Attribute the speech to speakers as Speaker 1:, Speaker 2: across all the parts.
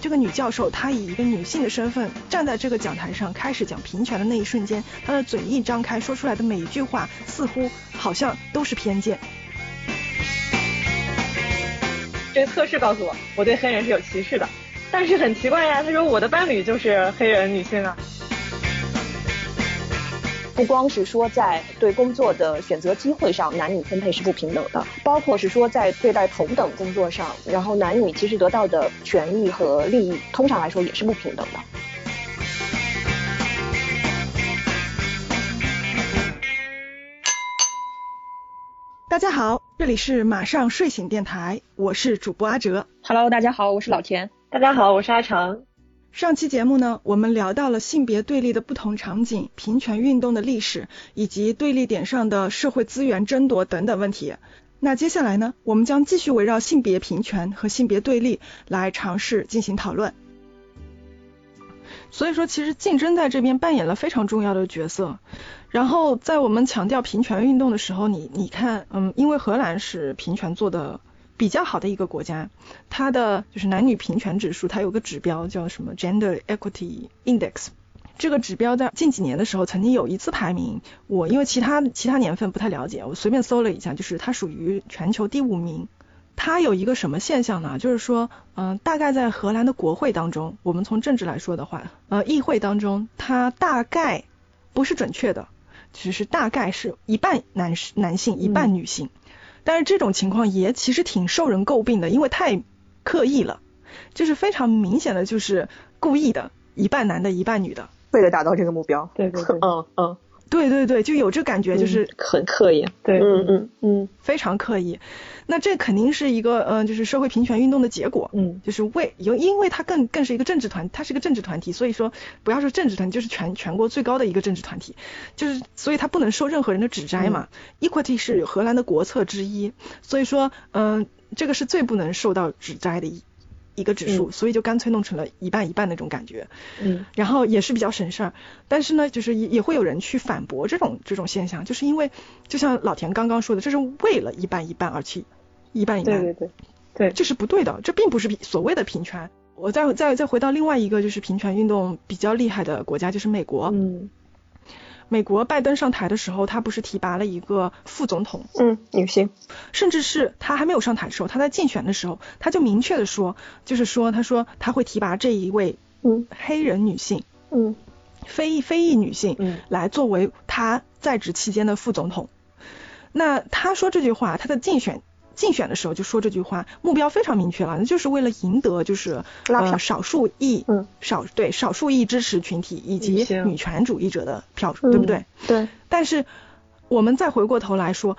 Speaker 1: 这个女教授她以一个女性的身份站在这个讲台上开始讲平权的那一瞬间，她的嘴一张开，说出来的每一句话似乎好像都是偏见。
Speaker 2: 这个测试告诉我，我对黑人是有歧视的，但是很奇怪呀，他说我的伴侣就是黑人女性啊。
Speaker 3: 不光是说在对工作的选择机会上，男女分配是不平等的，包括是说在对待同等工作上，然后男女其实得到的权益和利益，通常来说也是不平等的。
Speaker 1: 大家好，这里是马上睡醒电台，我是主播阿哲。
Speaker 4: Hello，大家好，我是老田。
Speaker 2: 大家好，我是阿成。
Speaker 1: 上期节目呢，我们聊到了性别对立的不同场景、平权运动的历史，以及对立点上的社会资源争夺等等问题。那接下来呢，我们将继续围绕性别平权和性别对立来尝试进行讨论。所以说，其实竞争在这边扮演了非常重要的角色。然后在我们强调平权运动的时候，你你看，嗯，因为荷兰是平权做的。比较好的一个国家，它的就是男女平权指数，它有个指标叫什么 Gender Equity Index。这个指标在近几年的时候曾经有一次排名，我因为其他其他年份不太了解，我随便搜了一下，就是它属于全球第五名。它有一个什么现象呢？就是说，嗯、呃，大概在荷兰的国会当中，我们从政治来说的话，呃，议会当中，它大概不是准确的，只是大概是一半男男性，一半女性。嗯但是这种情况也其实挺受人诟病的，因为太刻意了，就是非常明显的，就是故意的，一半男的，一半女的，
Speaker 3: 为了达到这个目标。
Speaker 2: 对对对，
Speaker 3: 嗯嗯，
Speaker 1: 对对对，就有这感觉，就是、嗯、
Speaker 3: 很刻意。
Speaker 2: 对，
Speaker 3: 嗯嗯嗯，
Speaker 1: 非常刻意。那这肯定是一个，嗯、呃，就是社会平权运动的结果。
Speaker 3: 嗯，
Speaker 1: 就是为有，因为它更更是一个政治团，它是一个政治团体，所以说不要说政治团体，就是全全国最高的一个政治团体，就是所以它不能受任何人的指摘嘛。嗯、Equity 是荷兰的国策之一，所以说，嗯、呃，这个是最不能受到指摘的一一个指数、嗯，所以就干脆弄成了一半一半那种感觉。
Speaker 3: 嗯，
Speaker 1: 然后也是比较省事儿，但是呢，就是也也会有人去反驳这种这种现象，就是因为就像老田刚刚说的，这是为了一半一半而去。一半一
Speaker 2: 半，对对对，对，
Speaker 1: 这是不对的，这并不是所谓的平权。我再再再回到另外一个就是平权运动比较厉害的国家，就是美国。
Speaker 3: 嗯，
Speaker 1: 美国拜登上台的时候，他不是提拔了一个副总统？
Speaker 3: 嗯，女性。
Speaker 1: 甚至是他还没有上台的时候，他在竞选的时候，他就明确的说，就是说，他说他会提拔这一位
Speaker 3: 嗯
Speaker 1: 黑人女性，
Speaker 3: 嗯，
Speaker 1: 非裔非裔女性，
Speaker 3: 嗯，
Speaker 1: 来作为他在职期间的副总统。那他说这句话，他的竞选。竞选的时候就说这句话，目标非常明确了，那就是为了赢得就是呃少数裔，
Speaker 3: 嗯，
Speaker 1: 少对少数裔支持群体以及女权主义者的票数，对不对、嗯？
Speaker 3: 对。
Speaker 1: 但是我们再回过头来说，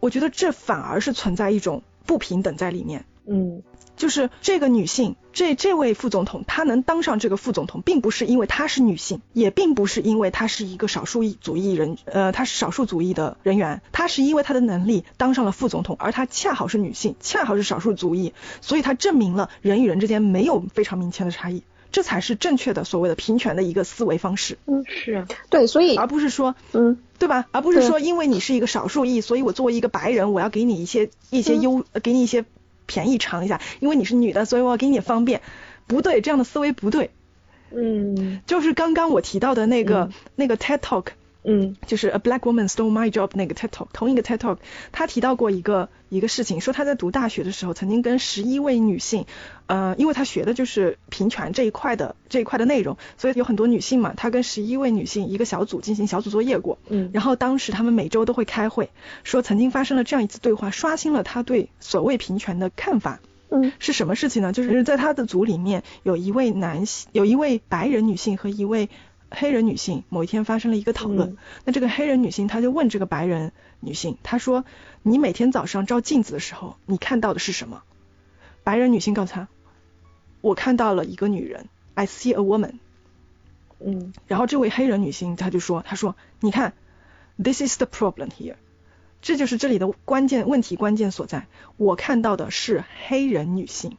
Speaker 1: 我觉得这反而是存在一种不平等在里面。
Speaker 3: 嗯，
Speaker 1: 就是这个女性，这这位副总统，她能当上这个副总统，并不是因为她是女性，也并不是因为她是一个少数族裔人，呃，她是少数族裔的人员，她是因为她的能力当上了副总统，而她恰好是女性，恰好是少数族裔，所以她证明了人与人之间没有非常明显的差异，这才是正确的所谓的平权的一个思维方式。
Speaker 3: 嗯，
Speaker 2: 是啊，
Speaker 3: 对，所以
Speaker 1: 而不是说，
Speaker 3: 嗯。
Speaker 1: 对吧？而不是说因为你是一个少数裔，所以我作为一个白人，我要给你一些一些优、嗯，给你一些。便宜尝一下，因为你是女的，所以我要给你点方便。不对，这样的思维不对。
Speaker 3: 嗯，
Speaker 1: 就是刚刚我提到的那个、嗯、那个 TED Talk，
Speaker 3: 嗯，
Speaker 1: 就是 A Black Woman Stole My Job 那个 TED Talk，同一个 TED Talk，他提到过一个一个事情，说他在读大学的时候，曾经跟十一位女性，呃，因为他学的就是平权这一块的这一块的内容，所以有很多女性嘛，他跟十一位女性一个小组进行小组作业过。
Speaker 3: 嗯，
Speaker 1: 然后当时他们每周都会开会，说曾经发生了这样一次对话，刷新了他对所谓平权的看法。
Speaker 3: 嗯，
Speaker 1: 是什么事情呢？就是在他的组里面有一位男性，有一位白人女性和一位黑人女性，某一天发生了一个讨论。
Speaker 3: 嗯、
Speaker 1: 那这个黑人女性她就问这个白人女性，她说：“你每天早上照镜子的时候，你看到的是什么？”白人女性告诉她：“我看到了一个女人，I see a woman。”
Speaker 3: 嗯，
Speaker 1: 然后这位黑人女性她就说：“她说你看，this is the problem here。”这就是这里的关键问题关键所在。我看到的是黑人女性，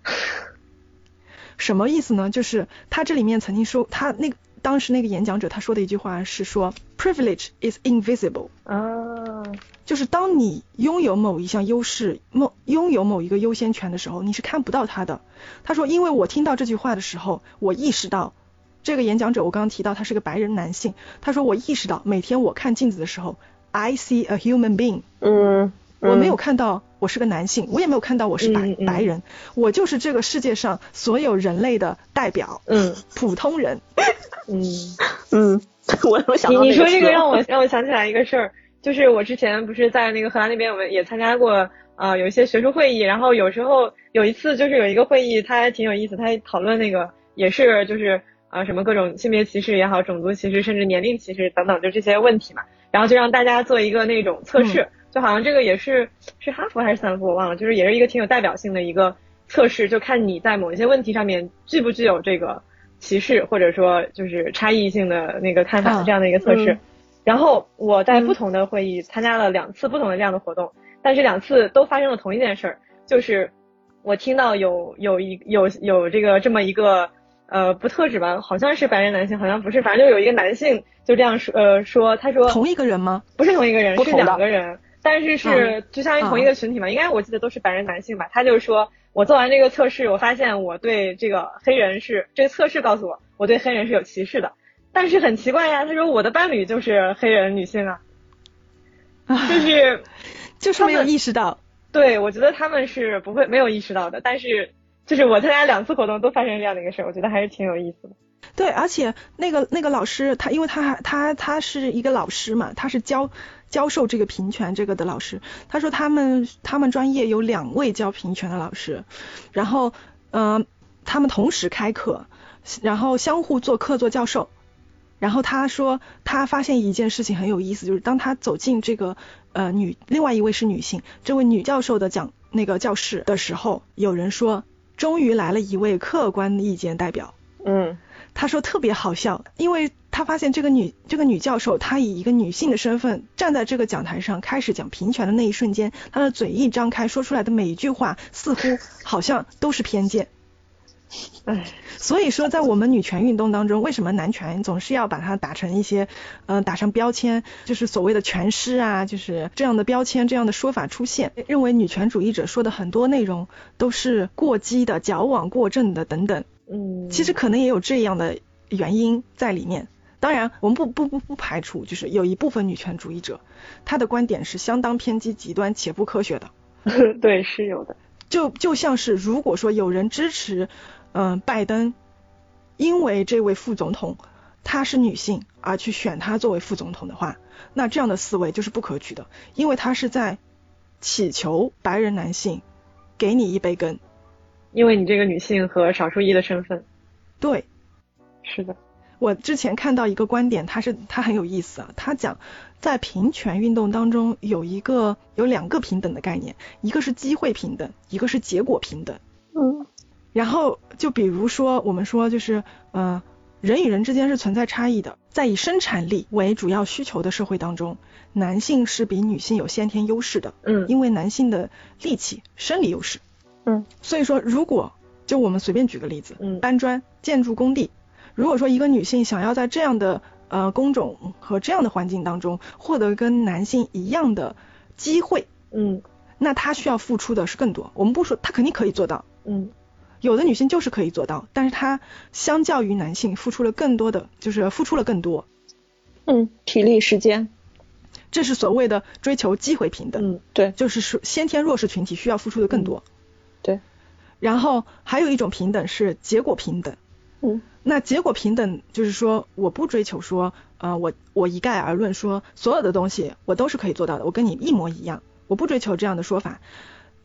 Speaker 1: 什么意思呢？就是他这里面曾经说，他那个当时那个演讲者他说的一句话是说，privilege is invisible，
Speaker 2: 啊，
Speaker 1: 就是当你拥有某一项优势、某拥有某一个优先权的时候，你是看不到它的。他说，因为我听到这句话的时候，我意识到这个演讲者，我刚刚提到他是个白人男性，他说我意识到每天我看镜子的时候，I see a human being，
Speaker 2: 嗯，
Speaker 1: 我没有看到我是个男性，我也没有看到我是白、
Speaker 2: 嗯嗯
Speaker 1: 白人，我就是这个世界上所有人类的代表，
Speaker 2: 嗯
Speaker 1: 普通人。
Speaker 2: 嗯，
Speaker 3: 嗯， 我我想
Speaker 2: 你
Speaker 3: 到
Speaker 2: 你
Speaker 3: 那
Speaker 2: 说
Speaker 3: 个
Speaker 2: 这
Speaker 3: 词
Speaker 2: 个
Speaker 3: 了
Speaker 2: 让我让我想起来一个事儿，就是我之前不是在那个荷兰那边，我们也参加过呃有一些学术会议，然后有时候有一次就是有一个会议，它还挺有意思，它还讨论那个也是就是呃什么各种性别歧视也好，种族歧视甚至年龄歧视等等，就这些问题嘛，然后就让大家做一个那种测
Speaker 3: 嗯
Speaker 2: 试，就好像这个也是是哈佛还是斯坦福我忘了，就是也是一个挺有代表性的一个测试，就看你在某一些问题上面具不具有这个歧视或者说就是差异性的那个看法
Speaker 1: 啊
Speaker 2: 这样的一个测试。
Speaker 3: 嗯
Speaker 2: 然后我在不同的会议参加了两次不同的这样的活动，但是两次都发生了同一件事儿，就是我听到有有一有有这个这么一个呃不特指吧，好像是白人男性，好像不是，反正就有一个男性就这样说呃说，他说
Speaker 1: 同一个人吗？
Speaker 2: 不是同一个人，
Speaker 3: 不
Speaker 2: 是
Speaker 3: 同的
Speaker 2: 两个人，但是是呃就相当于同一个群体嘛，应该我记得都是白人男性吧。他就说我做完这个测试，我发现我对这个黑人是这个测试告诉我，我对黑人是有歧视的。但是很奇怪呀，他说我的伴侣就是黑人女性啊，就
Speaker 1: 啊，
Speaker 2: 是
Speaker 1: 就是没有
Speaker 2: 他们
Speaker 1: 意识到。
Speaker 2: 对我觉得他们是不会没有意识到的，但是就是我参加两次活动都发生这样的一个事儿，我觉得还是挺有意思的。
Speaker 1: 对，而且那个那个老师，他因为他还他他是一个老师嘛，他是教教授这个平权这个的老师。他说他们他们专业有两位教平权的老师，然后呃他们同时开课，然后相互做客座教授。然后他说他发现一件事情很有意思，就是当他走进这个呃女另外一位是女性这位女教授的讲那个教室的时候，有人说终于来了一位客观意见代表。
Speaker 3: 嗯
Speaker 1: 他说特别好笑，因为他发现这个女这个女教授，她以一个女性的身份站在这个讲台上开始讲平权的那一瞬间，她的嘴一张开，说出来的每一句话似乎好像都是偏见。
Speaker 2: 唉，
Speaker 1: 所以说，在我们女权运动当中，为什么男权总是要把它打成一些，呃，打上标签，就是所谓的权师啊，就是这样的标签、这样的说法出现，认为女权主义者说的很多内容都是过激的、矫枉过正的等等。
Speaker 2: 嗯，
Speaker 1: 其实可能也有这样的原因在里面。当然，我们不不不不排除，就是有一部分女权主义者，她的观点是相当偏激、极端且不科学的。
Speaker 2: 对是有的，
Speaker 1: 就就像是如果说有人支持，嗯、拜登，因为这位副总统她是女性而去选她作为副总统的话，那这样的思维就是不可取的，因为他是在祈求白人男性给你一杯羹。
Speaker 2: 因为你这个女性和少数裔的身份，
Speaker 1: 对，
Speaker 2: 是的，
Speaker 1: 我之前看到一个观点，他是他很有意思啊，他讲在平权运动当中有一个有两个平等的概念，一个是机会平等，一个是结果平等。
Speaker 3: 嗯
Speaker 1: 然后就比如说我们说就是呃人与人之间是存在差异的，在以生产力为主要需求的社会当中，男性是比女性有先天优势的，
Speaker 2: 嗯
Speaker 1: 因为男性的力气生理优势。
Speaker 3: 嗯
Speaker 1: 所以说，如果就我们随便举个例子，
Speaker 2: 嗯
Speaker 1: 搬砖、建筑工地，如果说一个女性想要在这样的呃工种和这样的环境当中获得跟男性一样的机会，
Speaker 2: 嗯
Speaker 1: 那她需要付出的是更多。我们不说她肯定可以做到，
Speaker 2: 嗯
Speaker 1: 有的女性就是可以做到，但是她相较于男性付出了更多的，就是付出了更多，
Speaker 3: 嗯，体力时间，
Speaker 1: 这是所谓的追求机会平等，
Speaker 2: 嗯
Speaker 3: 对
Speaker 1: 就是说先天弱势群体需要付出的更多。
Speaker 3: 对，
Speaker 1: 然后还有一种平等是结果平等，
Speaker 3: 嗯
Speaker 1: 那结果平等就是说我不追求说，呃，我我一概而论说所有的东西我都是可以做到的，我跟你一模一样，我不追求这样的说法，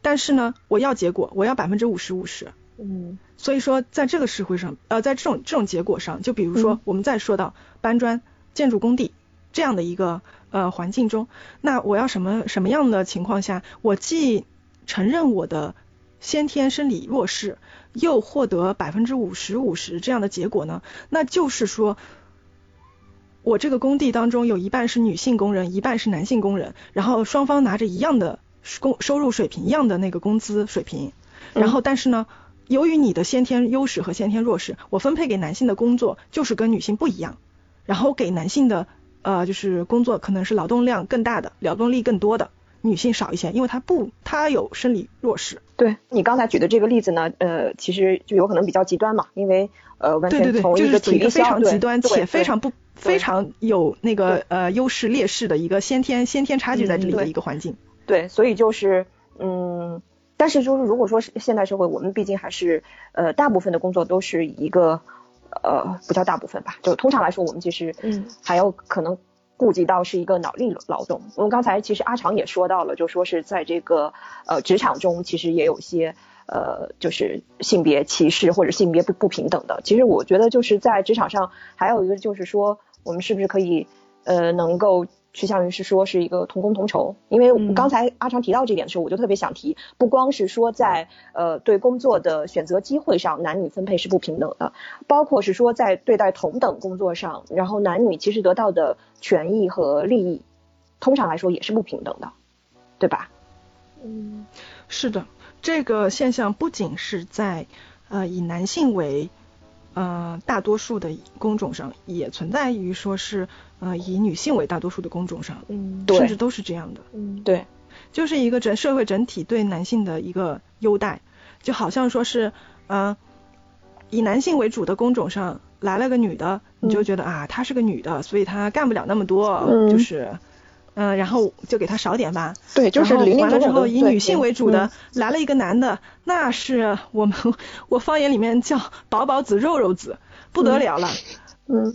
Speaker 1: 但是呢，我要结果，我要百分之五十五十。
Speaker 2: 嗯
Speaker 1: 所以说，在这个社会上，呃，在这种这种结果上，就比如说
Speaker 3: 嗯
Speaker 1: 我们再说到搬砖、建筑工地这样的一个呃环境中，那我要什么什么样的情况下，我既承认我的先天生理弱势，又获得百分之五十五十这样的结果呢？那就是说。我这个工地当中有一半是女性工人，一半是男性工人，然后双
Speaker 3: 嗯
Speaker 1: 方拿着一样的工收入水平，一样的那个工资水平，然后但是呢，由于你的先天优势和先天弱势，我分配给男性的工作就是跟女性不一样，然后给男性的呃就是工作可能是劳动量更大的，劳动力更多的，女性少一些，因为她不她有生理弱势。
Speaker 3: 对你刚才举的这个例子呢，呃，其实就有可能比较极端嘛，因为呃，完
Speaker 1: 对对
Speaker 3: 全
Speaker 1: 对，
Speaker 3: 从
Speaker 1: 就
Speaker 3: 一个
Speaker 1: 是举
Speaker 3: 体
Speaker 1: 一
Speaker 3: 力
Speaker 1: 个非
Speaker 3: 消
Speaker 1: 常
Speaker 3: 对
Speaker 1: 极端
Speaker 3: 对
Speaker 1: 且非
Speaker 3: 对
Speaker 1: 常不非常有那个呃优势劣势的一个先天先天差距在这里
Speaker 3: 嗯
Speaker 1: 的
Speaker 3: 对
Speaker 1: 一个环境。
Speaker 3: 对，所以就是嗯，但是就是如果说是现代社会，我们毕竟还是呃大部分的工作都是一个呃不叫大部分吧，就通常来说我们其实
Speaker 2: 嗯
Speaker 3: 还有可能顾及到是一个脑力劳动。我们刚才其实阿长也说到了，就说是在这个呃职场中其实也有一些。呃，就是性别歧视或者性别不不平等的。其实我觉得就是在职场上，还有一个就是说，我们是不是可以呃能够趋向于是说是一个同工同酬？因为我
Speaker 2: 嗯
Speaker 3: 刚才阿长提到这点的时候，我就特别想提，不光是说在呃对工作的选择机会上，男女分配是不平等的，包括是说在对待同等工作上，然后男女其实得到的权益和利益，通常来说也是不平等的，对吧？
Speaker 2: 嗯
Speaker 1: 是的，这个现象不仅是在呃以男性为呃大多数的工种上，也存在于说是呃以女性为大多数的工种上，
Speaker 2: 嗯
Speaker 3: 对
Speaker 1: 甚至都是这样的，
Speaker 2: 嗯
Speaker 3: 对，
Speaker 1: 就是一个整社会整体对男性的一个优待，就好像说是呃以男性为主的工种上来了个女的，你就
Speaker 3: 嗯
Speaker 1: 觉得、啊她是个女的，所以她干不了那么多，
Speaker 3: 嗯
Speaker 1: 就是嗯、呃然后就给她少点吧，
Speaker 3: 对，
Speaker 1: 然后完了之后以女性为主的、
Speaker 3: 嗯
Speaker 1: 来了一个男的，那是我们我方言里面叫宝宝子肉肉子，不得了了。
Speaker 3: 嗯，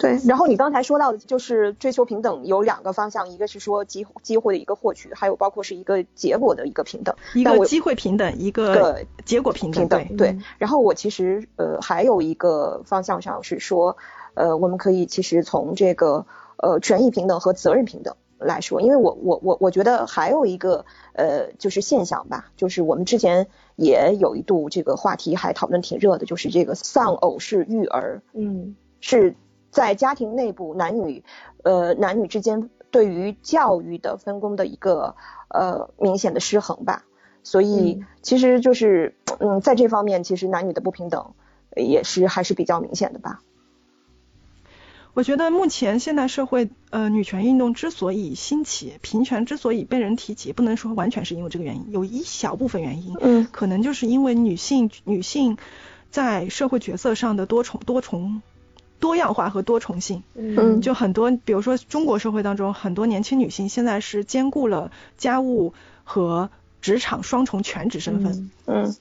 Speaker 3: 对。然后你刚才说到的就是追求平等有两个方向，一个是说机机会的一个获取，还有包括是一个结果的一个平等。
Speaker 1: 一
Speaker 3: 但
Speaker 1: 个
Speaker 3: 我
Speaker 1: 机会平等，一个
Speaker 3: 对
Speaker 1: 结果平
Speaker 3: 平
Speaker 1: 等，对，
Speaker 3: 等对
Speaker 2: 嗯。
Speaker 3: 然后我其实呃还有一个方向上是说，呃，我们可以其实从这个呃权益平等和责任平等来说，因为我我我我觉得还有一个呃就是现象吧，就是我们之前也有一度这个话题还讨论挺热的，就是这个丧偶式育儿
Speaker 2: 嗯
Speaker 3: 是在家庭内部男女呃男女之间对于教育的分工的一个呃明显的失衡吧。所以
Speaker 2: 嗯
Speaker 3: 其实就是嗯，在这方面其实男女的不平等呃也是还是比较明显的吧。
Speaker 1: 我觉得目前现代社会，呃，女权运动之所以兴起，平权之所以被人提起，不能说完全是因为这个原因，有一小部分原因，
Speaker 3: 嗯
Speaker 1: 可能就是因为女性女性在社会角色上的多重多重多样化和多重性。
Speaker 2: 嗯
Speaker 1: 就很多，比如说中国社会当中，很多年轻女性现在是兼顾了家务和职场双重全职身份。
Speaker 3: 嗯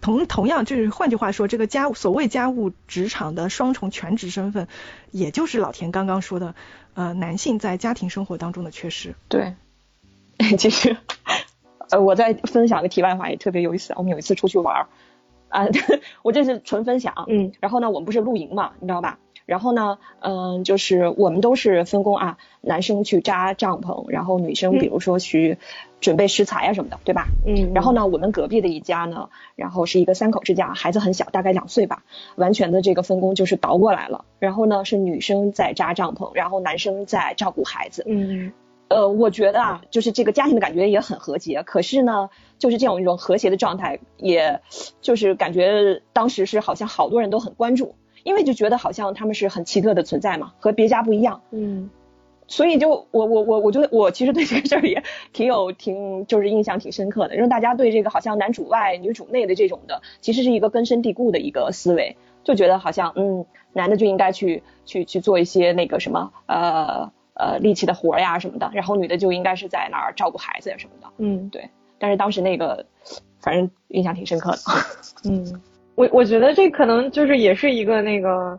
Speaker 1: 同同样，就是换句话说，这个家务所谓家务职场的双重全职身份，也就是老田刚刚说的，呃，男性在家庭生活当中的缺失。
Speaker 3: 对， 其实呃我再分享个题外话也特别有意思啊，我们有一次出去玩儿啊， 我这是纯分享，
Speaker 2: 嗯
Speaker 3: 然后呢，我们不是露营嘛，你知道吧？然后呢，嗯、就是我们都是分工啊，男生去扎帐篷，然后女生
Speaker 2: 嗯
Speaker 3: 比如说去准备食材啊什么的，对吧？
Speaker 2: 嗯，
Speaker 3: 然后呢，我们隔壁的一家呢，然后是一个三口之家，孩子很小，大概两岁吧，完全的这个分工就是倒过来了。然后呢，是女生在扎帐篷，然后男生在照顾孩子。
Speaker 2: 嗯
Speaker 3: 呃，我觉得啊，就是这个家庭的感觉也很和谐，可是呢，就是这样一种和谐的状态，也就是感觉当时是好像好多人都很关注，因为就觉得好像他们是很奇特的存在嘛，和别家不一样。
Speaker 2: 嗯
Speaker 3: 所以就我我我我觉得我其实对这个事儿也挺有挺就是印象挺深刻的，因为大家对这个好像男主外女主内的这种的，其实是一个根深蒂固的一个思维，就觉得好像嗯男的就应该去去去做一些那个什么呃呃力气的活儿呀什么的，然后女的就应该是在那儿照顾孩子呀什么的。
Speaker 2: 嗯
Speaker 3: 但是当时那个反正印象挺深刻的。
Speaker 2: 嗯，我我觉得这可能就是也是一个那个，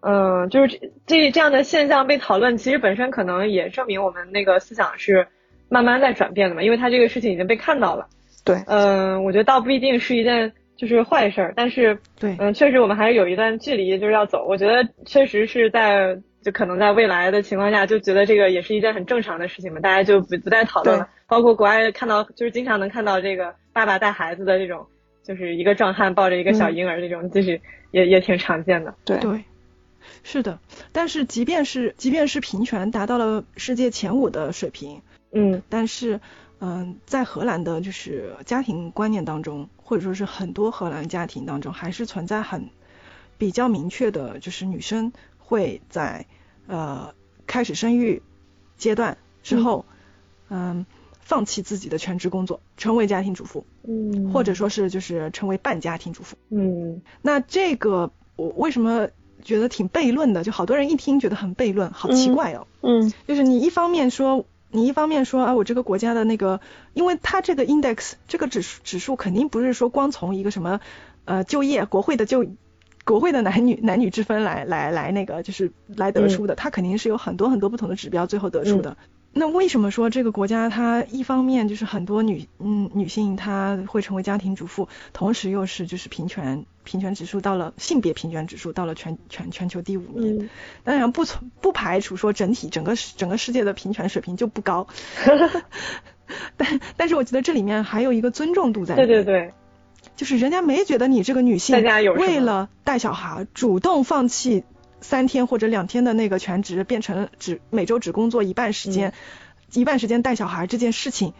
Speaker 2: 嗯、就是这这这样的现象被讨论，其实本身可能也证明我们那个思想是慢慢在转变的嘛，因为它这个事情已经被看到了。
Speaker 3: 对
Speaker 2: 嗯、我觉得倒不一定是一件就是坏事儿，但是
Speaker 1: 对，
Speaker 2: 嗯，确实我们还是有一段距离就是要走。我觉得确实是在就可能在未来的情况下，就觉得这个也是一件很正常的事情嘛，大家就不不再讨论了。包括国外看到，就是经常能看到这个爸爸带孩子的这种，就是一个壮汉抱着一个小婴儿这种，就是也也挺常见的。
Speaker 3: 对
Speaker 1: 对，是的。但是即便是即便是平权达到了世界前五的水平，
Speaker 2: 嗯
Speaker 1: 但是嗯，在荷兰的就是呃家庭观念当中，或者说是很多荷兰家庭当中，还是存在很比较明确的，就是女生会在呃开始生育阶段之后，嗯放弃自己的全职工作，成为家庭主妇，
Speaker 2: 嗯
Speaker 1: 或者说是就是成为半家庭主妇。
Speaker 2: 嗯
Speaker 1: 那这个我为什么觉得挺悖论的？就好多人一听觉得很悖论，好奇
Speaker 3: 嗯
Speaker 1: 怪哦。
Speaker 3: 嗯
Speaker 1: 就是你一方面说，你一方面说啊，我这个国家的那个，因为它这个 index 这个指数指数肯定不是说光从一个什么呃就业国会的就国会的男女男女之分来来来那个就是来得出的，它肯定是有很多很多不同的指标最后得出的。那为什么说这个国家它一方面就是很多女嗯女性她会成为家庭主妇，同时又是就是平权平权指数到了性别平权指数到了全全全球第五名，
Speaker 2: 嗯
Speaker 1: 当然不存不排除说整体整个世整个世界的平权水平就不 高， 但但是我觉得这里面还有一个尊重度在里
Speaker 2: 对
Speaker 1: 面，
Speaker 2: 对对，
Speaker 1: 就是人家没觉得你这个女性
Speaker 2: 大家有什么
Speaker 1: 为了带小孩主动放弃三天或者两天的那个全职，变成只每周只工作一半时
Speaker 2: 嗯
Speaker 1: 间，一半时间带小孩这件事情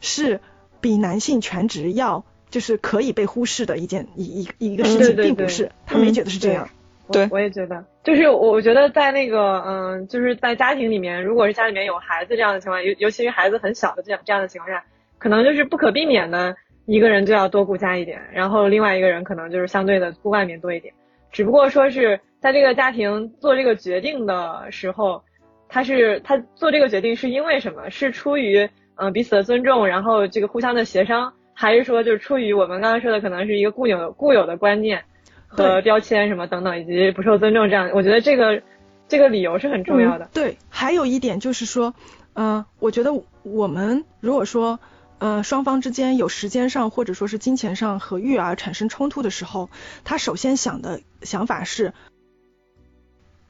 Speaker 1: 是比男性全职要就是可以被忽视的一件一一一个事
Speaker 2: 嗯对
Speaker 1: 情，
Speaker 2: 对
Speaker 1: 并不
Speaker 2: 对
Speaker 1: 是他没
Speaker 3: 嗯
Speaker 1: 觉得是这
Speaker 2: 对
Speaker 1: 样，
Speaker 2: 我
Speaker 3: 对
Speaker 2: 我也觉得，就是我我觉得在那个嗯、就是在家庭里面，如果是家里面有孩子这样的情况，尤尤其是孩子很小的这样这样的情况下，可能就是不可避免的，一个人就要多顾家一点，然后另外一个人可能就是相对的顾外面多一点。只不过说是在这个家庭做这个决定的时候，他是他做这个决定是因为什么？是出于嗯、呃彼此的尊重，然后这个互相的协商，还是说就是出于我们刚刚说的可能是一个固有的固有的观念和
Speaker 1: 对
Speaker 2: 标签什么等等，以及不受尊重这样？我觉得这个这个理由是很重要的。
Speaker 1: 嗯对，还有一点就是说，呃，我觉得我们如果说，呃，双方之间有时间上或者说是金钱上和育儿产生冲突的时候，他首先想的想法是，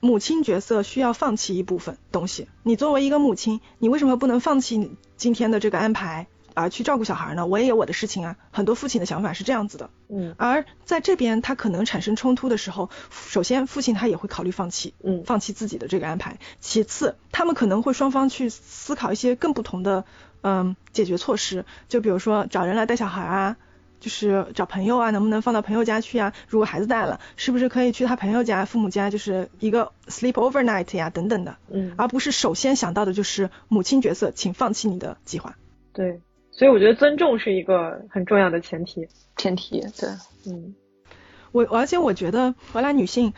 Speaker 1: 母亲角色需要放弃一部分东西。你作为一个母亲，你为什么不能放弃你今天的这个安排？而去照顾小孩呢？我也有我的事情啊。很多父亲的想法是这样子的，
Speaker 2: 嗯
Speaker 1: 而在这边他可能产生冲突的时候，首先父亲他也会考虑放弃，
Speaker 2: 嗯
Speaker 1: 放弃自己的这个安排。其次，他们可能会双方去思考一些更不同的嗯解决措施，就比如说找人来带小孩啊，就是找朋友啊，能不能放到朋友家去啊？如果孩子大了，是不是可以去他朋友家、父母家，就是一个 sleep overnight 呀、等等的，
Speaker 2: 嗯，
Speaker 1: 而不是首先想到的就是母亲角色，请放弃你的计划。
Speaker 2: 对。所以我觉得尊重是一个很重要的前提。
Speaker 3: 前提对，
Speaker 2: 嗯
Speaker 1: 我而且我觉得荷兰女性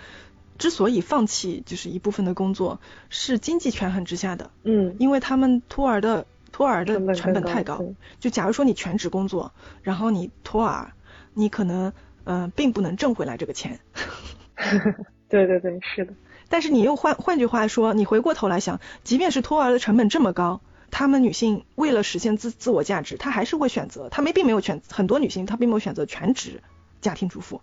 Speaker 1: 之所以放弃就是一部分的工作，是经济权衡之下的，
Speaker 2: 嗯，
Speaker 1: 因为他们托儿的托儿的成本
Speaker 2: 更
Speaker 1: 太高
Speaker 2: 对。
Speaker 1: 就假如说你全职工作，然后你托儿，你可能呃并不能挣回来这个钱。
Speaker 2: 对对对，是的，
Speaker 1: 但是你又换换句话说，你回过头来想，即便是托儿的成本这么高，她们女性为了实现自自我价值，她还是会选择，她们并没有选很多女性她并没有选择全职家庭主妇，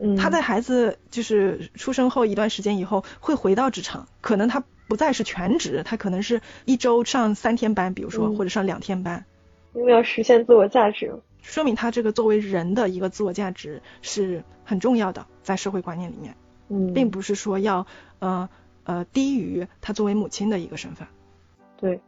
Speaker 2: 嗯，
Speaker 1: 她在孩子就是出生后一段时间以后会回到职场，可能她不再是全职，她可能是一周上三天班，比如说
Speaker 2: 嗯
Speaker 1: 或者上两天班，
Speaker 2: 因为要实现自我价值，
Speaker 1: 说明她这个作为人的一个自我价值是很重要的，在社会观念里面，
Speaker 2: 嗯，
Speaker 1: 并不是说要呃呃低于她作为母亲的一个身份。
Speaker 2: 对，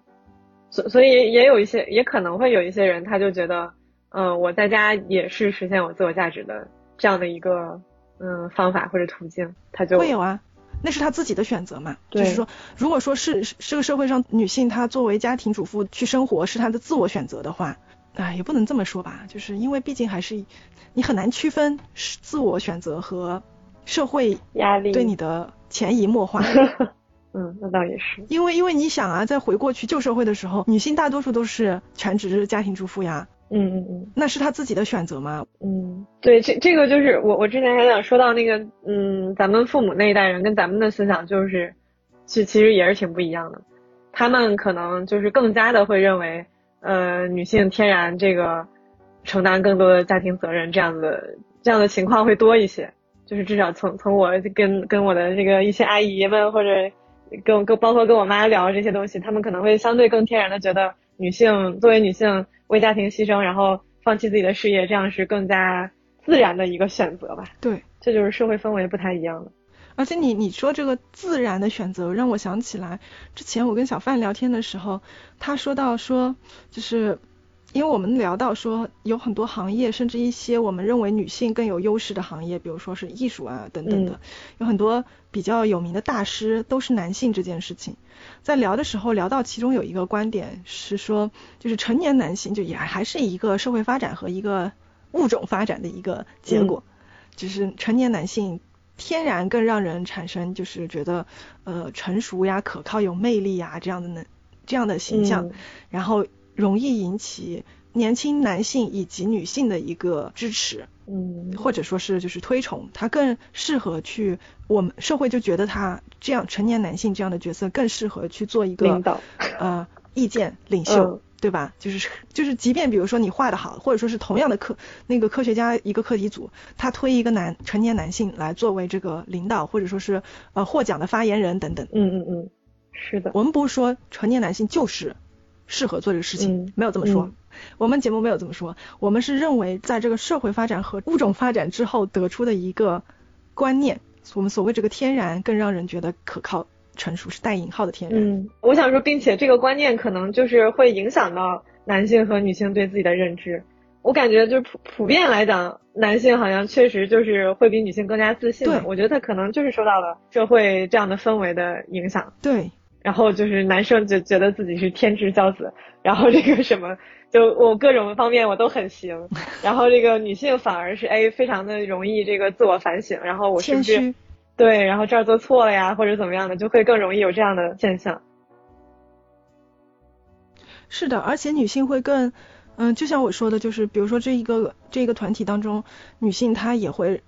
Speaker 2: 所所以也有一些，也可能会有一些人，他就觉得，嗯、我在家也是实现我自我价值的这样的一个嗯方法或者途径，他就
Speaker 1: 会有啊，那是她自己的选择嘛。
Speaker 2: 对
Speaker 1: 就是说，如果说是是这个社会上女性她作为家庭主妇去生活是她的自我选择的话，哎，也不能这么说吧，就是因为毕竟还是你很难区分是自我选择和社会
Speaker 2: 压力
Speaker 1: 对 你，的潜移默化。
Speaker 2: 嗯，那倒也是，
Speaker 1: 因为因为你想啊，在回过去旧社会的时候，女性大多数都是全职家庭主妇呀，
Speaker 2: 嗯嗯嗯
Speaker 1: 那是她自己的选择嘛。
Speaker 2: 嗯，对，这这个就是我我之前还想说到那个，嗯，咱们父母那一代人跟咱们的思想就是，其其实也是挺不一样的，他们可能就是更加的会认为，呃，女性天然这个承担更多的家庭责任这样的这样的情况会多一些，就是至少从从我跟跟我的这个一些阿姨们或者跟我跟包括跟我妈聊这些东西，他们可能会相对更天然的觉得女性作为女性为家庭牺牲，然后放弃自己的事业，这样是更加自然的一个选择吧。
Speaker 1: 对，
Speaker 2: 这就是社会氛围不太一样了。
Speaker 1: 而且你你说这个自然的选择，让我想起来之前我跟小范聊天的时候，他说到说就是因为我们聊到说有很多行业，甚至一些我们认为女性更有优势的行业，比如说是艺术啊等等的，
Speaker 2: 嗯
Speaker 1: 有很多比较有名的大师都是男性这件事情。在聊的时候聊到其中有一个观点是说，就是成年男性就也还是一个社会发展和一个物种发展的一个结果，就是成年男性天然更让人产生就是觉得呃成熟呀、可靠、有魅力呀这样的能这样的形象，
Speaker 2: 嗯
Speaker 1: 然后容易引起年轻男性以及女性的一个支持。
Speaker 2: 嗯
Speaker 1: 或者说是就是推崇，他更适合去我们社会就觉得他这样成年男性这样的角色更适合去做一个
Speaker 2: 领导
Speaker 1: 呃意见领袖。
Speaker 2: 嗯
Speaker 1: 对吧？就是 就是，即便比如说你画的好，或者说是同样的课，那个科学家一个课题组，他推一个男成年男性来作为这个领导，或者说是呃获奖的发言人等等。
Speaker 2: 嗯嗯嗯，是的，
Speaker 1: 我们不是说成年男性就是适合做这个事情，
Speaker 2: 嗯
Speaker 1: 没有这么说。
Speaker 2: 嗯
Speaker 1: 我们节目没有这么说，我们是认为在这个社会发展和物种发展之后得出的一个观念，我们所谓这个天然更让人觉得可靠、成熟是带引号的天然。
Speaker 2: 嗯，我想说，并且这个观念可能就是会影响到男性和女性对自己的认知。我感觉就是普普遍来讲，男性好像确实就是会比女性更加自信的。
Speaker 1: 对
Speaker 2: 我觉得他可能就是受到了社会这样的氛围的影响，
Speaker 1: 对，
Speaker 2: 然后就是男生就觉得自己是天之骄子，然后这个什么，就我各种方面我都 很行，然后这个女性反而是哎非常的容易这个自我反省，然后我是不
Speaker 1: 谦
Speaker 2: 是
Speaker 1: 虚。
Speaker 2: 对，然后这儿做错了呀，或者怎么样的，就会更容易有这样的现象。
Speaker 1: 是的，而且女性会更，嗯，就像我说的，就是比如说这一个这一个团体当中，女性她也会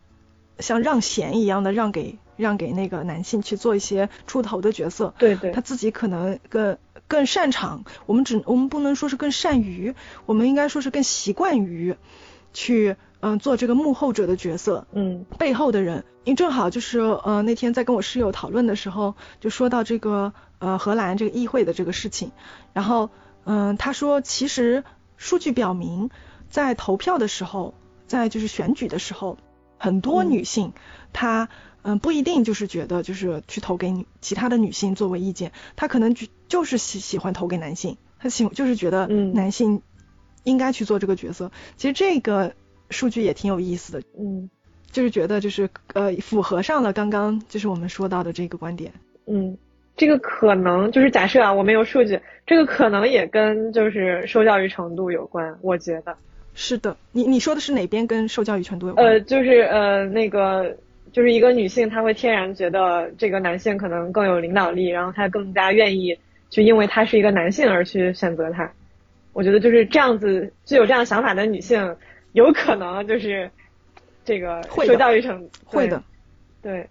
Speaker 1: 像让贤一样的让给让给那个男性去做一些出头的角色，
Speaker 2: 对对
Speaker 1: 他自己可能更更擅长，我们只我们不能说是更善于，我们应该说是更习惯于去嗯、做这个幕后者的角色，
Speaker 2: 嗯
Speaker 1: 背后的人，因为正好就是呃那天在跟我室友讨论的时候，就说到这个呃荷兰这个议会的这个事情，然后嗯、他说其实数据表明，在投票的时候，在就是选举的时候，很多
Speaker 2: 嗯
Speaker 1: 女性、她嗯、不一定就是觉得就是去投给女其他的女性作为意见，她可能就就是喜喜欢投给男性，她喜就是觉得
Speaker 2: 嗯
Speaker 1: 男性应该去做这个角色，其实这个数据也挺有意思的。
Speaker 2: 嗯
Speaker 1: 就是觉得就是呃符合上了刚刚就是我们说到的这个观点。
Speaker 2: 嗯，这个可能就是假设啊，我没有数据，这个可能也跟就是受教育程度有关，我觉得。
Speaker 1: 是的，你你说的是哪边跟受教育程度有关？
Speaker 2: 呃，就是呃那个。就是一个女性，她会天然觉得这个男性可能更有领导力，然后她更加愿意去，因为他是一个男性而去选择他。我觉得就是这样子，具有这样想法的女性，有可能就是这个
Speaker 1: 会的
Speaker 2: 受教育程
Speaker 1: 会的，，
Speaker 2: 对对，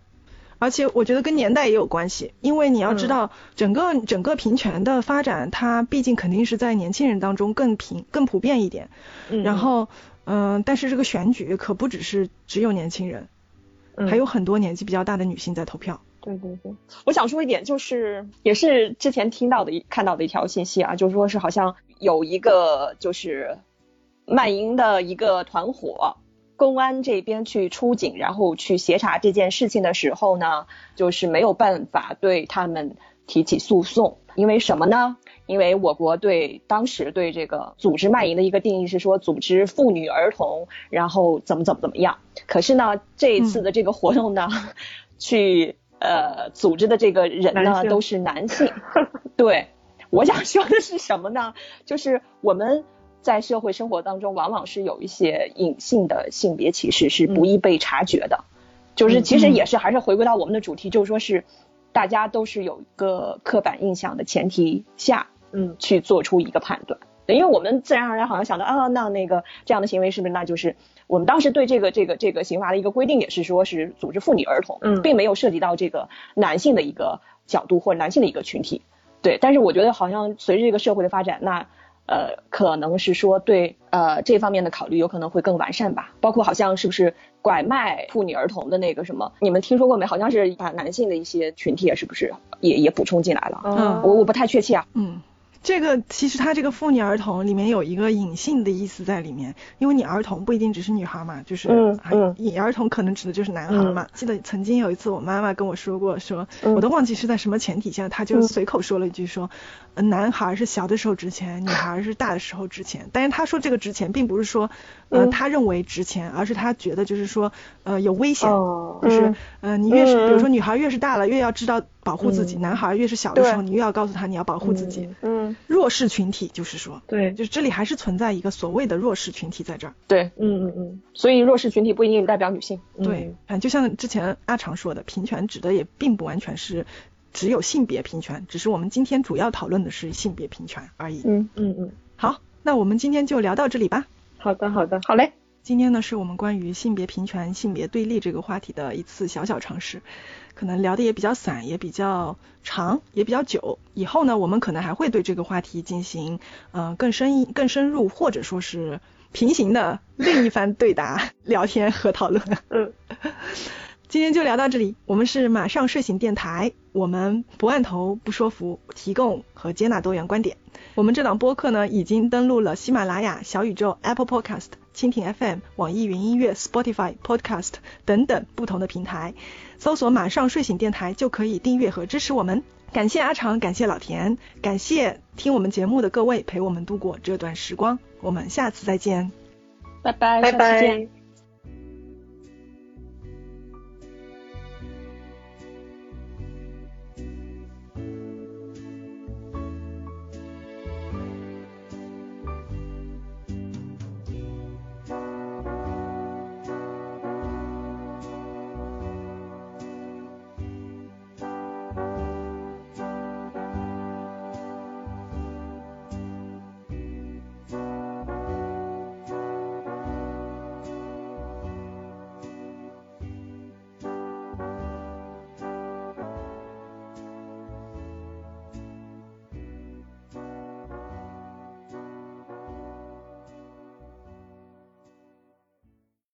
Speaker 1: 而且我觉得跟年代也有关系，因为你要
Speaker 2: 嗯
Speaker 1: 知道整个、整个平权的发展，它毕竟肯定是在年轻人当中更平更普遍一点。
Speaker 2: 嗯
Speaker 1: 然后嗯、呃但是这个选举可不只是只有年轻人，
Speaker 2: 嗯
Speaker 1: 还有很多年纪比较大的女性在投票。
Speaker 2: 对对对，
Speaker 3: 我想说一点，就是也是之前听到的一看到的一条信息啊，就是说是好像有一个就是曼营的一个团伙，公安这边去出警，然后去协查这件事情的时候呢，就是没有办法对他们提起诉讼，因为什么呢？因为我国对当时对这个组织卖淫的一个定义是说，组织妇女、儿童，然后怎么怎么怎么样。可是呢，这一次的这个活动呢， 去呃组织的这个人
Speaker 2: 男
Speaker 3: 呢
Speaker 2: 性
Speaker 3: 都是男性。对，我想说的是什么呢？就是我们在社会生活当中，往往是有一些隐性的性别歧视是不易被察觉的。就是其实也是还是回归到我们的主题，就是说是大家都是有一个刻板印象的前提下
Speaker 2: 嗯
Speaker 3: 去做出一个判断。对因为我们自然而然好像想到啊，那那个这样的行为是不是那就是我们当时对这个这个这个刑罚的一个规定也是说是组织妇女儿童，
Speaker 2: 嗯
Speaker 3: 并没有涉及到这个男性的一个角度或者男性的一个群体。对，但是我觉得好像随着这个社会的发展，那呃，可能是说对呃这方面的考虑有可能会更完善吧。包括好像是不是拐卖妇女儿童的那个什么，你们听说过没？好像是啊把男性的一些群体也是不是也也补充进来了？
Speaker 1: 嗯
Speaker 3: 我我不太确切啊。
Speaker 1: 嗯，这个其实它这个妇女儿童里面有一个隐性的意思在里面，因为你儿童不一定只是女孩嘛，就是
Speaker 3: 嗯
Speaker 1: 啊
Speaker 3: 嗯
Speaker 1: 你儿童可能指的就是男孩嘛。记得曾经有一次我妈妈跟我说过，说、
Speaker 3: 嗯
Speaker 1: 我都忘记是在什么前提下，她就
Speaker 3: 嗯
Speaker 1: 随口说了一句说，呃男孩是小的时候值钱，女孩是大的时候值钱。但是她说这个值钱并不是说呃
Speaker 3: 嗯
Speaker 1: 她认为值钱，而是她觉得就是说呃有危险。
Speaker 3: 哦
Speaker 1: 就是，
Speaker 3: 嗯
Speaker 1: 呃，你越是，比如说
Speaker 3: 嗯
Speaker 1: 女孩越是大了，越要知道保护自己；
Speaker 3: 嗯
Speaker 1: 男孩越是小的时候，
Speaker 3: 对
Speaker 1: 你越要告诉他你要保护自己。
Speaker 2: 嗯
Speaker 3: 嗯，
Speaker 1: 弱势群体，就是说，
Speaker 2: 对，就
Speaker 1: 就是这里还是存在一个所谓的弱势群体在这儿。
Speaker 3: 对，
Speaker 2: 嗯嗯
Speaker 3: 所以弱势群体不一定代表女性。
Speaker 2: 嗯，
Speaker 1: 对，反正就像之前阿常说的，平权指的也并不完全是只有性别平权，只是我们今天主要讨论的是性别平权而已。
Speaker 3: 嗯，
Speaker 2: 嗯，嗯嗯，
Speaker 1: 好，那我们今天就聊到这里吧。
Speaker 2: 好的好的，
Speaker 3: 好嘞，
Speaker 1: 今天呢，是我们关于性别平权、性别对立这个话题的一次小小尝试，可能聊的也比较散，也比较长，也比较久。以后呢，我们可能还会对这个话题进行呃更深一、更深入，或者说是平行的另一番对答、聊天和讨论。
Speaker 2: 嗯，
Speaker 1: 今天就聊到这里，我们是马上睡醒电台，我们不按头不说服，提供和接纳多元观点。我们这档播客呢，已经登录了喜马拉雅、小宇宙、Apple Podcast、蜻蜓 FM、网易云音乐、Spotify、Podcast 等等不同的平台，搜索“马上睡醒电台”就可以订阅和支持我们。感谢阿长，感谢老田，感谢听我们节目的各位陪我们度过这段时光，我们下次再见。
Speaker 3: 拜拜，
Speaker 2: 拜
Speaker 3: 下次见
Speaker 2: 拜。